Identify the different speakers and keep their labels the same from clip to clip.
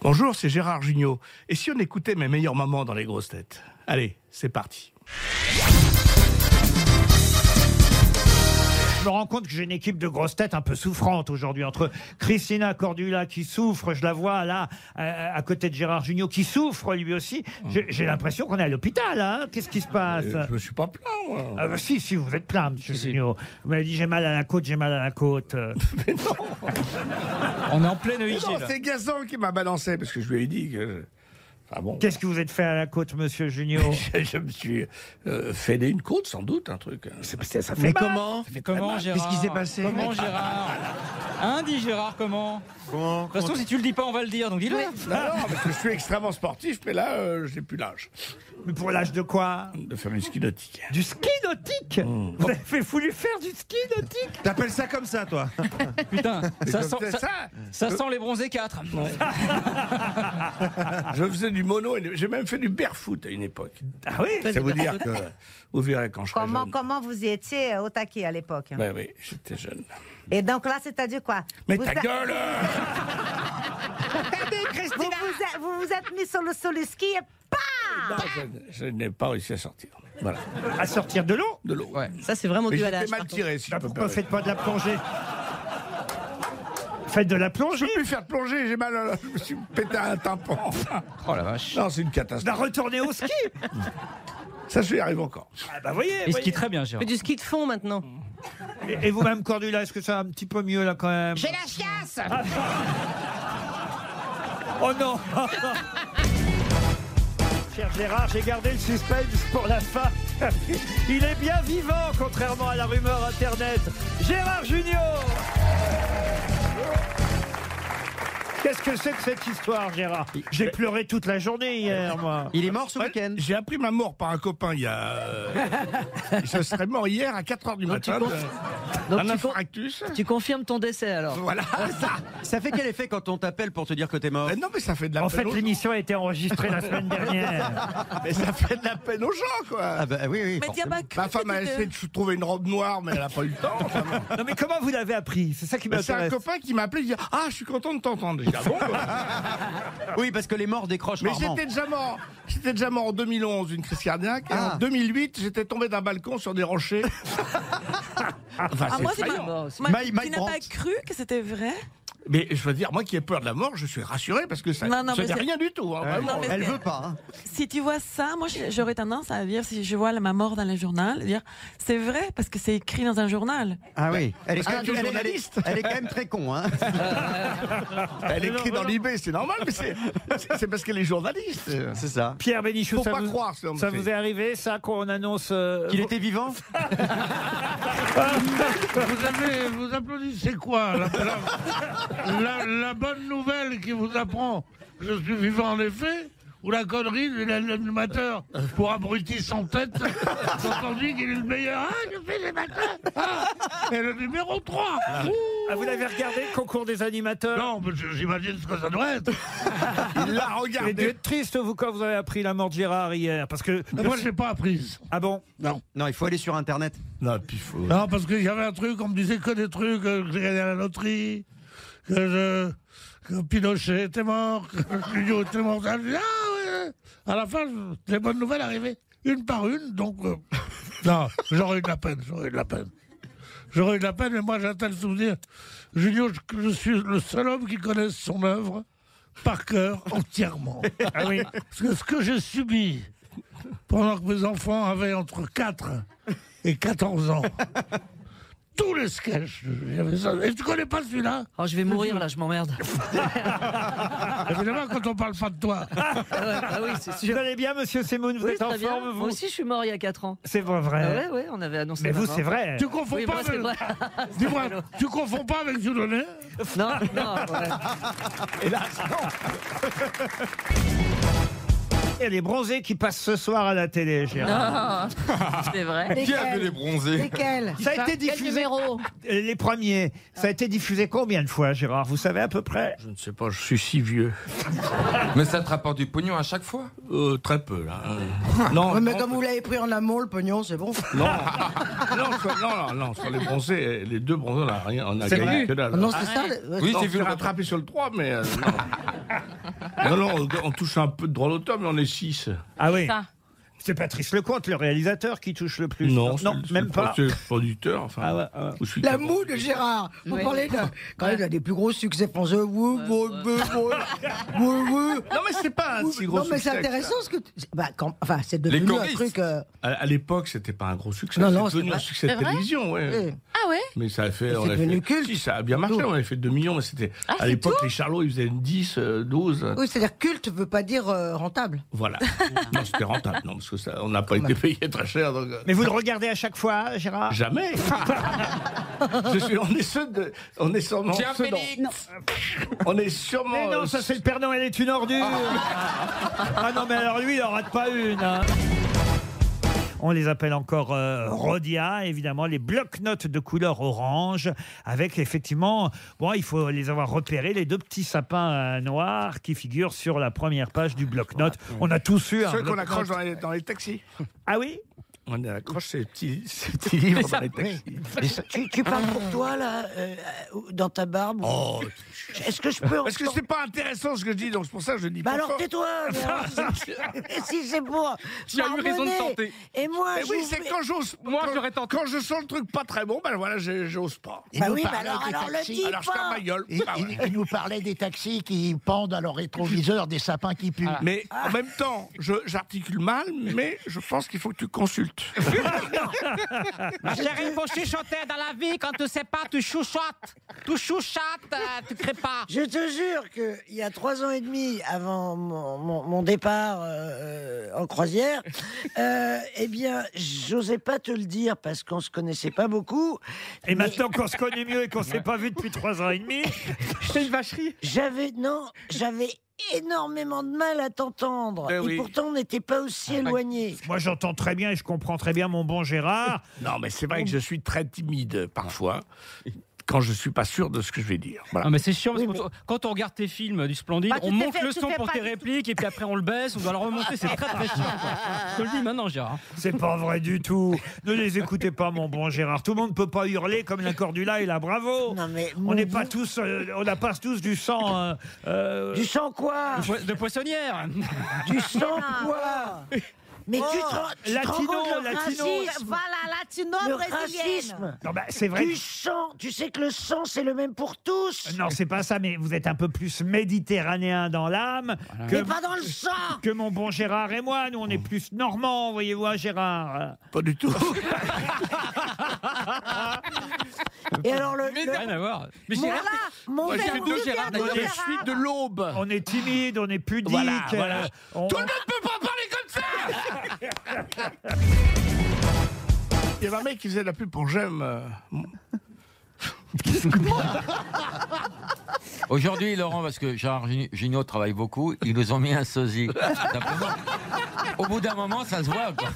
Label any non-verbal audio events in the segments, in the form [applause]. Speaker 1: Bonjour, c'est Gérard Jugnot. Et si on écoutait mes meilleurs moments dans les grosses têtes Allez, c'est parti.
Speaker 2: Je me rends compte que j'ai une équipe de grosses têtes un peu souffrante aujourd'hui entre Christina Cordula qui souffre, je la vois là à, à côté de Gérard Jugnot qui souffre lui aussi. J'ai j'ai l'impression qu'on est à l'hôpital. Hein Qu'est-ce qui se passe
Speaker 3: Je me suis pas plaint, moi.
Speaker 2: Ah bah si, si, vous êtes plein, monsieur Jugnot. Vous m'avez dit j'ai mal à la côte, j'ai mal à la côte. Euh,
Speaker 4: On est en pleine
Speaker 3: Mais non,
Speaker 4: vigile.
Speaker 3: c'est Gazan qui m'a balancé parce que je lui ai dit que. Enfin bon. [laughs]
Speaker 2: Qu'est-ce que vous êtes fait à la côte, monsieur Jugnot
Speaker 3: Je, je me suis euh, fêlé une côte, sans doute, un truc. C'est- c'est- ça fait
Speaker 4: Mais
Speaker 3: mal.
Speaker 4: comment Comment Gérard
Speaker 5: Qu'est-ce qui s'est passé
Speaker 4: Comment Gérard Hein, dis Gérard, comment
Speaker 5: Comment
Speaker 4: De toute façon, si tu le dis pas, on va le dire, donc dis-le.
Speaker 3: Non, non, parce que je suis extrêmement sportif, mais là, euh, j'ai plus l'âge
Speaker 2: Mais pour l'âge de quoi
Speaker 3: de faire du ski nautique.
Speaker 2: Du ski nautique Vous avez fait- voulu faire du ski nautique
Speaker 5: T'appelles ça comme ça, toi
Speaker 4: Putain, ça
Speaker 3: je,
Speaker 4: sent,
Speaker 3: faisais
Speaker 4: ça,
Speaker 3: ça.
Speaker 4: ça sent les bronzés 4.
Speaker 3: je faisais du mono, et du- j'ai même fait du barefoot à une époque.
Speaker 2: Ah oui
Speaker 3: Ça veut dire que vous verrez quand je serai
Speaker 6: Comment,
Speaker 3: jeune.
Speaker 6: comment vous étiez euh, au taquet à l'époque.
Speaker 3: Ouais, oui, j'étais jeune.
Speaker 6: Et donc là, c'est-à-dire quoi
Speaker 3: Mais
Speaker 6: vous
Speaker 3: ta
Speaker 6: a-
Speaker 3: gueule euh [laughs]
Speaker 6: vous, vous, a- vous vous êtes mis sur le, sur le ski et
Speaker 3: Non, je, je n'ai pas réussi à sortir. Voilà,
Speaker 2: À sortir de l'eau
Speaker 3: de l'eau.
Speaker 7: Ça, c'est vraiment
Speaker 3: Mais
Speaker 7: dû à
Speaker 3: j'étais
Speaker 7: l'âge.
Speaker 3: mal
Speaker 7: par contre.
Speaker 3: tiré, si
Speaker 2: Bah,
Speaker 3: je peux
Speaker 2: Pourquoi
Speaker 3: me permettre.
Speaker 2: faites pas de la plongée Faites de la
Speaker 3: Je
Speaker 2: plongée
Speaker 3: peux plus faire de plongée, j'ai mal, à la- je me suis pété un tympan.
Speaker 4: Oh la
Speaker 7: Ah
Speaker 4: vache.
Speaker 3: Non, c'est une
Speaker 2: Bah,
Speaker 3: catastrophe.
Speaker 2: retournez au ski
Speaker 3: Ça, je y arrive encore.
Speaker 2: Ah bah voyez,
Speaker 4: Il
Speaker 2: voyez.
Speaker 4: skie très bien, Gérard.
Speaker 7: Mais du ski de fond maintenant.
Speaker 2: Et, et vous-même, Cordula, est-ce que ça va un petit peu mieux là quand même Ah.
Speaker 6: la chiasse
Speaker 2: Oh non [laughs] Cher Gérard, j'ai gardé le suspense pour la fin. [laughs] Il est bien vivant, contrairement à la rumeur Internet. Gérard Junior Qu'est-ce que c'est que cette histoire, Gérard J'ai pleuré toute la journée hier, moi.
Speaker 5: Il est mort ce week-end.
Speaker 3: J'ai appris ma mort par un copain il y a. euh, je serais mort hier à 4h du matin.
Speaker 7: tu
Speaker 3: de-
Speaker 7: Donc
Speaker 3: un
Speaker 7: tu, con-
Speaker 3: infarctus.
Speaker 7: tu confirmes ton décès alors.
Speaker 3: Voilà, ça.
Speaker 5: Ça fait quel effet quand on t'appelle pour te dire que t'es mort
Speaker 3: Mais non, mais ça fait de la
Speaker 2: En fait,
Speaker 3: peine. aux...
Speaker 2: l'émission a été enregistrée la semaine dernière.
Speaker 3: mais ça fait de la peine aux gens, quoi.
Speaker 5: Ah bah oui, oui.
Speaker 7: Mais tiens,
Speaker 5: forcément.
Speaker 7: bah, cru
Speaker 3: Ma femme
Speaker 7: que
Speaker 3: a
Speaker 7: t'étais-
Speaker 3: essayé de trouver une robe noire, mais elle n'a pas eu le
Speaker 7: [laughs]
Speaker 3: temps. enfin, bon.
Speaker 2: Non, mais comment vous l'avez appris C'est ça qui
Speaker 3: Mais C'est un
Speaker 2: m'intéresse.
Speaker 3: copain qui m'a appelé, il dit Ah, je suis content de t'entendre. J'ai dit, Ah bon
Speaker 5: Oui, parce que les morts décrochent
Speaker 3: Mais
Speaker 5: rarement.
Speaker 3: j'étais déjà mort. J'étais déjà mort en 2011, une crise cardiaque. Et
Speaker 5: Ah.
Speaker 3: en 2008, j'étais tombé d'un balcon sur des rochers. Enfin,
Speaker 7: Ah, moi, c'est
Speaker 3: effrayant.
Speaker 5: Ma-
Speaker 7: ma... Ma...
Speaker 5: Mike
Speaker 7: Tu n'as pas
Speaker 5: Brandt.
Speaker 7: cru que c'était vrai
Speaker 3: [laughs] Mais je veux dire, moi qui ai peur de la mort, je suis rassuré parce que ça
Speaker 7: Non, non,
Speaker 3: ça
Speaker 7: mais
Speaker 3: n'est
Speaker 7: c'est-
Speaker 3: rien du tout. hein, vraiment.
Speaker 7: non, mais
Speaker 5: Elle
Speaker 7: c'est-
Speaker 5: veut pas. hein.
Speaker 7: Si tu vois ça, moi j'ai- j'aurais tendance à dire, si je vois la- ma mort dans le journal, dire c'est vrai parce que c'est écrit dans un journal.
Speaker 5: Ah oui. Elle est,
Speaker 3: Parce
Speaker 5: quand-
Speaker 3: que tu es
Speaker 5: elle est-
Speaker 3: journaliste.
Speaker 5: elle est quand même très con. Hein.
Speaker 3: Elle écrit dans l'IB, c'est normal, mais c'est c'est- c'est parce qu'elle est journaliste.
Speaker 5: [laughs] C'est ça.
Speaker 2: Pierre Bénichou,
Speaker 3: Faut
Speaker 2: ça,
Speaker 3: pas
Speaker 2: vous,
Speaker 3: croire, ça, on
Speaker 2: ça
Speaker 3: me
Speaker 2: vous
Speaker 3: fait.
Speaker 2: est arrivé, ça, qu'on annonce... euh,
Speaker 5: Qu'il était vivant
Speaker 8: Vous avez, vous applaudissez quoi la, la- la- la bonne nouvelle qui vous
Speaker 9: Oh.
Speaker 8: apprend que je suis vivant en effet ou la connerie de l'animateur pour abruti sans
Speaker 9: [laughs]
Speaker 8: tête quand on dit qu'il est le meilleur Ah,
Speaker 7: hein,
Speaker 8: je fais les matins Ah, Et le numéro 3
Speaker 2: Ah, vous l'avez regardé, le concours des animateurs
Speaker 8: Non, mais je- j'imagine ce que ça doit être.
Speaker 3: [laughs] Il l'a
Speaker 2: Vous avez dû
Speaker 3: regardé.
Speaker 2: être triste, vous, quand vous avez appris la mort de Gérard hier. Parce que.
Speaker 8: Moi, je n'ai pas apprise.
Speaker 2: Ah bon
Speaker 5: Non, il faut aller sur Internet.
Speaker 3: Non, puis faut.
Speaker 8: Non, parce qu'il y avait un truc, on me disait que des trucs, euh, que j'ai gagné à la loterie, que je. que Pinochet était mort, que Julio était mort. Ah, oui, oui. à la fin, je- les bonnes nouvelles arrivaient, une par une, donc. euh, non, j'aurais eu de la peine, j'aurais eu de la peine. J'aurais eu de la peine, mais moi j'ai un tel souvenir. Julio, je, je suis le seul homme qui connaisse son œuvre par cœur
Speaker 10: [laughs]
Speaker 8: entièrement. Ah oui. Parce que ce que j'ai subi pendant que mes enfants avaient entre 4 et
Speaker 3: [laughs]
Speaker 8: 14 ans, tous les sketchs, j'avais ça. Et tu connais pas celui-là
Speaker 7: Oh, je vais mourir là, je m'emmerde.
Speaker 8: Évidemment, quand on parle pas de toi.
Speaker 7: Ah ouais, bah oui, c'est
Speaker 2: Vous
Speaker 7: sûr.
Speaker 2: allez bien, monsieur Semoun Vous
Speaker 7: Oui,
Speaker 2: êtes en
Speaker 7: très bien.
Speaker 2: forme, vous
Speaker 7: Moi aussi, je suis mort il y a 4 ans.
Speaker 2: C'est pas
Speaker 7: Ah
Speaker 2: vrai.
Speaker 7: ouais, ouais, on avait annoncé.
Speaker 2: Mais
Speaker 7: ma
Speaker 2: vous,
Speaker 7: mort.
Speaker 2: c'est vrai.
Speaker 8: Tu confonds
Speaker 7: Oui,
Speaker 8: pas
Speaker 7: moi, c'est
Speaker 8: avec.
Speaker 7: vrai.
Speaker 8: Dis-moi, tu confonds pas avec Dieudonné
Speaker 7: [laughs] Non, non, ouais.
Speaker 2: Il y a les bronzés qui passent ce soir à la télé, Gérard.
Speaker 7: Ah, c'est vrai.
Speaker 6: Qui a les bronzés Lesquels
Speaker 2: Ça a été diffusé. Euh, Les premiers. Ça a été diffusé combien de fois, Gérard Vous savez à peu près
Speaker 3: Je ne sais pas, je suis si vieux.
Speaker 10: Mais ça te rapporte du pognon à chaque fois
Speaker 3: Euh, très peu, là. Euh, [laughs] Non, non,
Speaker 11: vous l'avez pris en amont, le pognon, c'est bon.
Speaker 3: non, non, sur, non, non, non, sur les bronzés,
Speaker 6: Ah
Speaker 3: les deux bronzés, on n'a rien, on a gagné que dalle.
Speaker 11: c'est ça.
Speaker 10: Oui,
Speaker 3: Non,
Speaker 10: j'ai
Speaker 3: j'ai
Speaker 10: vu le
Speaker 3: rattrapé sur le 3, mais euh, non. [laughs] Non, non, on, on touche un peu de droit d'automne, on est six.
Speaker 2: Ah oui C'est Patrice Lecomte, le réalisateur, qui touche le plus.
Speaker 3: Non, c'est-
Speaker 2: même
Speaker 3: c'est
Speaker 2: pas.
Speaker 3: C'est le producteur, enfin.
Speaker 2: Ah ouais,
Speaker 3: ou celui qui-
Speaker 6: La moue de Gérard. Vous
Speaker 12: Oui.
Speaker 6: parlez de, quand même d'un des plus gros succès français. Wou, wou, wou, wou, wou, wou.
Speaker 3: Non, mais c'est pas un
Speaker 6: Wou.
Speaker 3: si gros
Speaker 6: Non, mais c'est
Speaker 3: succès que
Speaker 6: intéressant ce que. tu- Bah, quand... Enfin, c'est
Speaker 3: Les
Speaker 6: devenu un
Speaker 3: choristes.
Speaker 6: truc. euh,
Speaker 3: À, à l'époque, c'était pas un gros succès.
Speaker 6: Non,
Speaker 3: Non,
Speaker 6: non,
Speaker 3: non,
Speaker 6: c'est
Speaker 3: c'est devenu
Speaker 6: vrai.
Speaker 3: un succès
Speaker 6: C'est
Speaker 3: de
Speaker 6: vrai
Speaker 3: télévision, ouais.
Speaker 6: Oui.
Speaker 13: Ah ouais
Speaker 3: Mais ça a fait.
Speaker 6: Et
Speaker 3: on
Speaker 6: c'est
Speaker 3: a
Speaker 6: devenu
Speaker 3: fait
Speaker 6: culte.
Speaker 3: Si, ça a bien marché,
Speaker 6: Tout.
Speaker 3: on avait fait 2 millions, mais c'était.
Speaker 6: Ah,
Speaker 3: à
Speaker 6: c'est
Speaker 3: l'époque,
Speaker 6: tout
Speaker 3: les Charlots, ils faisaient 10, euh, 12.
Speaker 6: Oui, c'est-à-dire culte veut pas dire euh, rentable. [laughs]
Speaker 3: Voilà. non, c'était rentable, non, parce que ça, on n'a pas été payé très cher. donc, euh,
Speaker 2: Mais vous le regardez à chaque fois, Gérard [laughs]
Speaker 3: Jamais. Je suis, on est ceux de, on est sûrement
Speaker 2: Tiens,
Speaker 3: ceux dans-
Speaker 2: Félix. Non.
Speaker 3: on est sûrement. euh,
Speaker 2: Mais Eh non, ça c'est le Père Noël est une ordure. ah non, mais alors lui, il en rate pas une. hein. On les appelle encore euh, Rodia, évidemment, les blocs-notes de couleur orange, avec effectivement, bon, il faut les avoir repérés, les deux petits sapins euh, noirs qui figurent sur la première page du bloc-notes. On a tous eu un
Speaker 3: ceux qu'on
Speaker 2: bloc-notes.
Speaker 3: accroche dans les, dans les taxis.
Speaker 2: Ah oui
Speaker 3: On accroche ces petits,
Speaker 2: [laughs]
Speaker 3: ces petits livres
Speaker 2: C'est ça.
Speaker 3: dans les taxis.
Speaker 6: Tu, tu parles pour toi, là, euh, dans ta barbe
Speaker 3: Oh,
Speaker 6: Est-ce que je peux.
Speaker 3: Parce que c'est pas intéressant ce que je dis, donc c'est pour ça que je dis.
Speaker 6: Bah
Speaker 3: pas
Speaker 6: alors
Speaker 3: fort.
Speaker 6: tais-toi mais alors,
Speaker 3: [laughs]
Speaker 6: si- Si c'est pour
Speaker 3: Tu as eu raison de
Speaker 6: marmonner,
Speaker 3: tenter.
Speaker 6: Et moi,
Speaker 3: Mais oui,
Speaker 6: j'ouvre-
Speaker 3: c'est quand j'ose.
Speaker 6: Moi,
Speaker 3: quand-
Speaker 6: j'aurais
Speaker 3: Quand je sens le truc pas très bon, ben voilà, je- j'ose pas.
Speaker 6: Bah oui, bah alors- alors le dis
Speaker 3: Alors je ferme
Speaker 6: pas.
Speaker 3: ma gueule.
Speaker 14: Il,
Speaker 3: Bah
Speaker 14: il-
Speaker 3: ouais.
Speaker 14: il nous parlait des taxis qui pendent à leur rétroviseur des sapins qui puent.
Speaker 3: Mais
Speaker 6: Ah.
Speaker 3: en même temps, je- j'articule mal, mais je pense qu'il faut que tu consultes.
Speaker 15: Ma chérie, faut chuchoter dans la vie. Quand tu sais pas, tu chuchotes. Tu chuchotes, euh, tu crées pas.
Speaker 6: Je te jure qu'il y a trois ans et demi, avant mon, mon- mon départ euh,
Speaker 3: [laughs]
Speaker 6: en croisière, euh, eh bien, j'osais pas te le dire parce qu'on se connaissait pas beaucoup.
Speaker 2: Et maintenant qu'on se connaît mieux et qu'on s'est pas vu depuis trois ans et demi,
Speaker 6: c'est une vacherie. J'avais non, j'avais énormément de mal à t'entendre.
Speaker 2: Eh
Speaker 6: et
Speaker 2: oui.
Speaker 6: pourtant, on n'était pas
Speaker 3: Ah
Speaker 6: aussi éloignés.
Speaker 2: moi j'entends très bien et je comprends très bien mon bon Gérard.
Speaker 3: Non, mais c'est vrai que je suis très timide parfois quand je suis pas sûr de ce que je vais dire. Voilà.
Speaker 9: Ah, mais c'est chiant parce que quand on regarde tes films du Splendide,
Speaker 3: Bah, tu
Speaker 9: on
Speaker 3: t'es
Speaker 9: monte
Speaker 3: fait-
Speaker 9: le
Speaker 3: tu
Speaker 9: son
Speaker 3: t'es
Speaker 9: pour
Speaker 3: pas
Speaker 9: tes
Speaker 3: du tout-
Speaker 9: répliques et puis après on le baisse, on doit le remonter, c'est très très chiant. quoi. Je te le dis maintenant, Gérard.
Speaker 2: C'est pas vrai du tout. Ne les écoutez pas, mon bon Gérard. Tout le monde ne peut pas hurler comme la Cordula et la Bravo. on n'est pas tous, euh, on n'a pas tous du sang. euh, euh,
Speaker 6: Du sang quoi
Speaker 9: De po- De [laughs] poissonnière.
Speaker 6: Du [laughs] sang quoi Mais tu te, rends- tu te rends
Speaker 2: Latino,
Speaker 6: compte le
Speaker 2: Latino.
Speaker 6: racisme
Speaker 12: Voilà, latino
Speaker 6: le
Speaker 12: brésilienne.
Speaker 6: racisme.
Speaker 2: Non, bah, c'est vrai.
Speaker 6: Du sang. Tu sais que le sang, c'est le même pour tous.
Speaker 2: Non, c'est pas ça, mais vous êtes un peu plus méditerranéen dans l'âme
Speaker 6: Mais pas Oh. dans le sang.
Speaker 2: que mon bon Gérard et moi. Nous, on est plus normands, voyez-vous, hein, Gérard.
Speaker 3: Pas du
Speaker 6: [laughs]
Speaker 3: tout.
Speaker 6: Et alors le.
Speaker 9: Mais
Speaker 6: le-
Speaker 9: rien à voir. Mais
Speaker 6: Mon-
Speaker 9: Gérard,
Speaker 6: mon
Speaker 9: Moi, je
Speaker 6: père
Speaker 9: suis de
Speaker 6: Rodia,
Speaker 9: Gérard, d'ailleurs.
Speaker 6: Rodia.
Speaker 9: Je suis
Speaker 2: de
Speaker 3: l'aube.
Speaker 2: On est timide, on est pudique. Euh,
Speaker 9: Voilà, voilà.
Speaker 2: on-
Speaker 3: Tout le monde peut pas parler comme ça Il y avait un mec qui faisait la pub pour J'aime. euh,
Speaker 4: Aujourd'hui, Laurent, parce que Gérard Gignot travaille beaucoup, ils nous ont mis
Speaker 9: [laughs]
Speaker 4: un sosie. Simplement, Au bout d'un moment, ça se voit. quoi.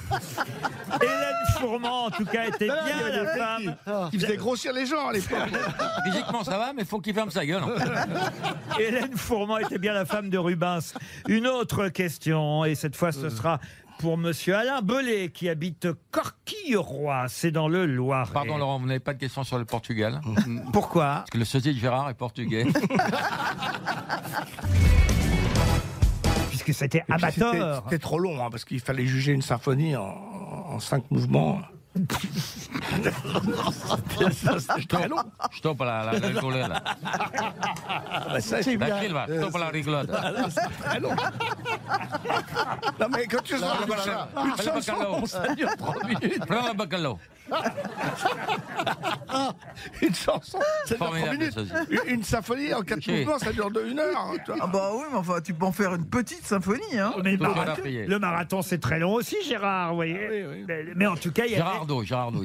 Speaker 2: Hélène Fourmand, en tout cas, était
Speaker 3: Ah, il y
Speaker 2: bien
Speaker 3: avait
Speaker 2: la
Speaker 3: des mecs
Speaker 2: femme.
Speaker 3: qui- qui faisait grossir les gens à l'époque.
Speaker 4: Physiquement, ça va, mais faut qu'il ferme sa gueule. en fait.
Speaker 2: [laughs] Hélène Fourmand était bien la femme de Rubens. Une autre question, et cette fois
Speaker 3: Euh.
Speaker 2: ce sera pour Monsieur Alain Belay qui habite Corquilleroy, c'est dans le Loiret.
Speaker 4: Pardon, Laurent, vous n'avez pas de question sur
Speaker 9: [laughs]
Speaker 4: le Portugal
Speaker 2: Pourquoi
Speaker 4: Parce que le sosie de Gérard est portugais.
Speaker 2: Puisque c'était
Speaker 3: Et puis, c'était-
Speaker 2: amateur.
Speaker 3: C'était trop long, hein, parce qu'il fallait juger une symphonie en, en cinq mouvements. C'était- ça, c'était très long. Ah,
Speaker 4: Stop
Speaker 9: [laughs]
Speaker 4: la, la, la rigolade.
Speaker 3: bah ça, c'est bien.
Speaker 4: Tranquille, va. Stop la rigolade.
Speaker 9: [laughs]
Speaker 3: Non, mais quand tu sors une, cha- une
Speaker 4: Prends le
Speaker 3: chanson,
Speaker 4: bacalao.
Speaker 3: ça dure trois minutes.
Speaker 4: Prends le bacalao.
Speaker 3: Une chanson, ça dure trois
Speaker 4: Formidable,
Speaker 3: minutes.
Speaker 4: sosie.
Speaker 3: Une- Une symphonie en quatre
Speaker 4: Oui.
Speaker 3: mouvements, ça dure de une heure. hein, tu vois.
Speaker 16: Ah bah oui, mais enfin, tu peux en faire une petite symphonie, hein
Speaker 2: Mais le,
Speaker 4: Faut pas
Speaker 2: marathon,
Speaker 4: payer.
Speaker 2: le marathon, c'est très long aussi, Gérard, vous
Speaker 3: Ah
Speaker 2: voyez. Mais, mais en tout cas, il y a.
Speaker 4: Gérardo, Gérardo.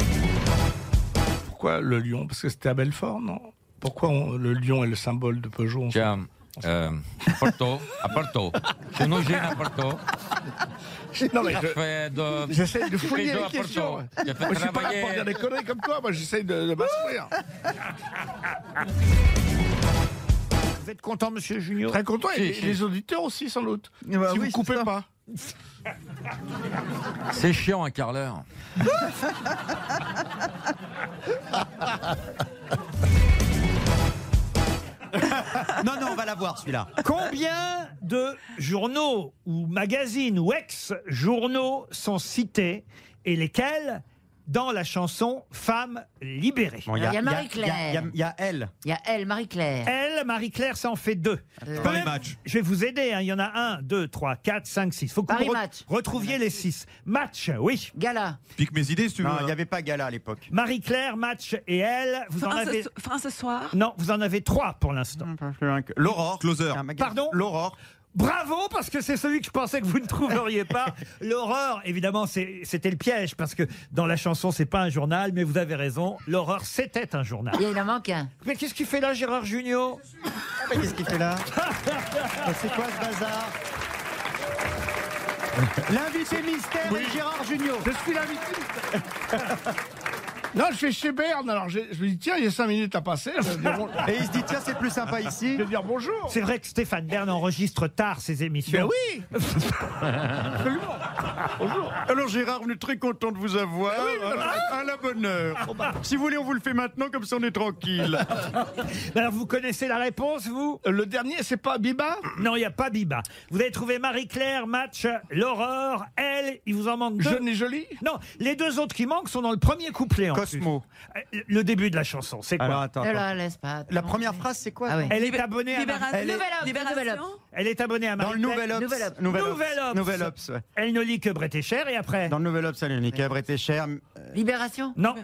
Speaker 9: [laughs]
Speaker 3: Pourquoi le lion Parce que c'était à Belfort, non Pourquoi on- le lion est le symbole de Peugeot on
Speaker 4: Tiens, euh, à Porto, à Porto. Chez nous, j'ai une à Porto.
Speaker 3: Non, mais
Speaker 4: J'ai
Speaker 3: je-
Speaker 4: fait de-
Speaker 3: J'essaie de
Speaker 4: j'ai fait
Speaker 3: fouiller
Speaker 4: deux
Speaker 3: les
Speaker 4: à
Speaker 3: questions.
Speaker 4: Porto.
Speaker 3: Moi,
Speaker 4: J'ai fait
Speaker 3: je suis pas là
Speaker 4: travailler-
Speaker 3: pour dire des conneries comme toi. Moi, j'essaie de, de m'instruire.
Speaker 2: Vous êtes content, monsieur Junior
Speaker 3: Très content. Et
Speaker 4: Si,
Speaker 3: les,
Speaker 4: si.
Speaker 3: les auditeurs aussi, sans doute.
Speaker 17: Eh ben
Speaker 3: si vous coupez pas.
Speaker 4: C'est chiant un quart d'heure.
Speaker 5: Non, non, on va l'avoir celui-là.
Speaker 2: Combien de journaux ou magazines ou ex-journaux sont cités et lesquels dans la chanson Femmes libérées
Speaker 5: Bon, il y a- Alors, il y a Marie-Claire. il y a- il y a elle.
Speaker 2: Il y a elle, Marie-Claire. Elle, Marie-Claire, ça en fait deux. Je,
Speaker 5: Euh,
Speaker 2: peux
Speaker 5: Paris
Speaker 2: même-
Speaker 5: Match.
Speaker 2: je vais vous aider. hein. Il y en a un, deux, trois, quatre, cinq, six. Faut que
Speaker 5: Paris
Speaker 2: vous re-
Speaker 5: Match.
Speaker 2: retrouviez les six. Match, oui. Gala.
Speaker 5: Pique mes idées si
Speaker 2: tu veux,
Speaker 5: Non, il
Speaker 2: hein.
Speaker 5: n'y avait pas gala à l'époque.
Speaker 2: Marie-Claire, Match et elle. Vous en
Speaker 7: Fin Ah, ce-
Speaker 2: avez.
Speaker 7: fin ce soir.
Speaker 2: Non, vous en avez trois pour l'instant.
Speaker 5: L'Aurore. Closer.
Speaker 2: Pardon
Speaker 5: L'Aurore.
Speaker 2: Bravo, parce que c'est celui que je pensais que vous ne trouveriez [laughs] pas. L'horreur, évidemment, c'est- c'était le piège, parce que dans la chanson, c'est pas un journal, mais vous avez raison, l'horreur, c'était un journal.
Speaker 13: Il en manque un.
Speaker 2: Mais qu'est-ce qu'il fait là, Gérard Junior
Speaker 5: Qu'est-ce qu'il fait [laughs] là C'est quoi ce bazar L'invité mystère
Speaker 14: Oui.
Speaker 5: est Gérard Junior.
Speaker 14: Je suis l'invité. [laughs] Non, je fais chez Berne, alors je, je lui dis tiens, il y a 5 minutes à passer. Je vais dire bon-
Speaker 5: Et il se dit, tiens, c'est plus sympa ici.
Speaker 14: Je vais dire bonjour.
Speaker 2: C'est vrai que Stéphane Bern enregistre tard ses émissions.
Speaker 17: [laughs]
Speaker 14: Ben
Speaker 2: oui
Speaker 14: Absolument. Bonjour. Ben
Speaker 17: Alors Gérard, on est très content de vous avoir. à la bonne heure. Si vous voulez, on vous le fait maintenant, comme ça on est tranquille.
Speaker 2: Alors, vous connaissez la réponse, vous
Speaker 14: Le dernier, c'est pas Biba
Speaker 17: Hein
Speaker 2: Non, il n'y a pas Biba. Vous avez trouvé Marie-Claire, Match, l'horreur, elle, il vous en manque deux.
Speaker 14: Jeune et jolie
Speaker 2: Non, les deux autres qui manquent sont dans le premier couplet, en
Speaker 5: Cosmo.
Speaker 2: plus. Euh, Le début de la chanson, c'est quoi
Speaker 5: Alors, attends, attends.
Speaker 13: la laisse pas.
Speaker 5: La première phrase, c'est quoi
Speaker 2: Elle est abonnée à
Speaker 13: Libération.
Speaker 2: Elle est-
Speaker 13: Nouvel Obs,
Speaker 2: Libération.
Speaker 13: Nouvel Obs.
Speaker 2: Elle est abonnée à
Speaker 5: Dans le
Speaker 2: Marie-Claire.
Speaker 5: Nouvel Ops.
Speaker 2: Nouvel
Speaker 5: Nouvel
Speaker 2: Obs.
Speaker 5: Ops. Nouvel Ops, ouais.
Speaker 2: Elle ne lit que Bret et Cher et après.
Speaker 5: Dans le nouvel Obs, elle est Cabret et cher.
Speaker 13: Libération
Speaker 2: Non.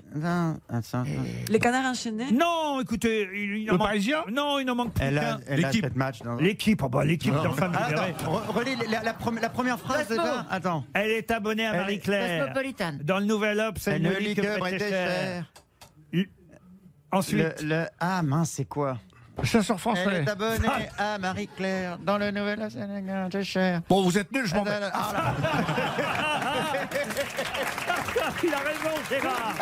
Speaker 7: Les canards enchaînés
Speaker 2: Non, écoutez, il, il en
Speaker 5: Le
Speaker 2: manque-
Speaker 5: Parisien
Speaker 2: Non, il en manque plus
Speaker 5: Elle a,
Speaker 2: qu'un.
Speaker 5: elle a cette match. non
Speaker 2: L'équipe, oh bah, l'équipe
Speaker 5: Non.
Speaker 2: dans Femme
Speaker 5: Ah,
Speaker 2: libérée.
Speaker 5: attends, re- relis la, la prom- la première phrase
Speaker 13: Cosmo.
Speaker 5: déjà. Attends.
Speaker 2: Elle est abonnée à
Speaker 5: Elle est-
Speaker 2: Marie-Claire.
Speaker 13: Cosmopolitane.
Speaker 2: Dans le Nouvel Obs, elle, ne lit que Bret et Cher. L- Ensuite.
Speaker 5: Le- le- ah mince, c'est quoi
Speaker 14: Chasseur
Speaker 5: Elle
Speaker 14: français.
Speaker 5: est abonnée à Marie-Claire dans le nouvel Obs, elle est très cher.
Speaker 14: Bon, vous êtes nuls, je m'en vais.
Speaker 5: Ah, là.
Speaker 2: Ah, Il a raison, Gérard.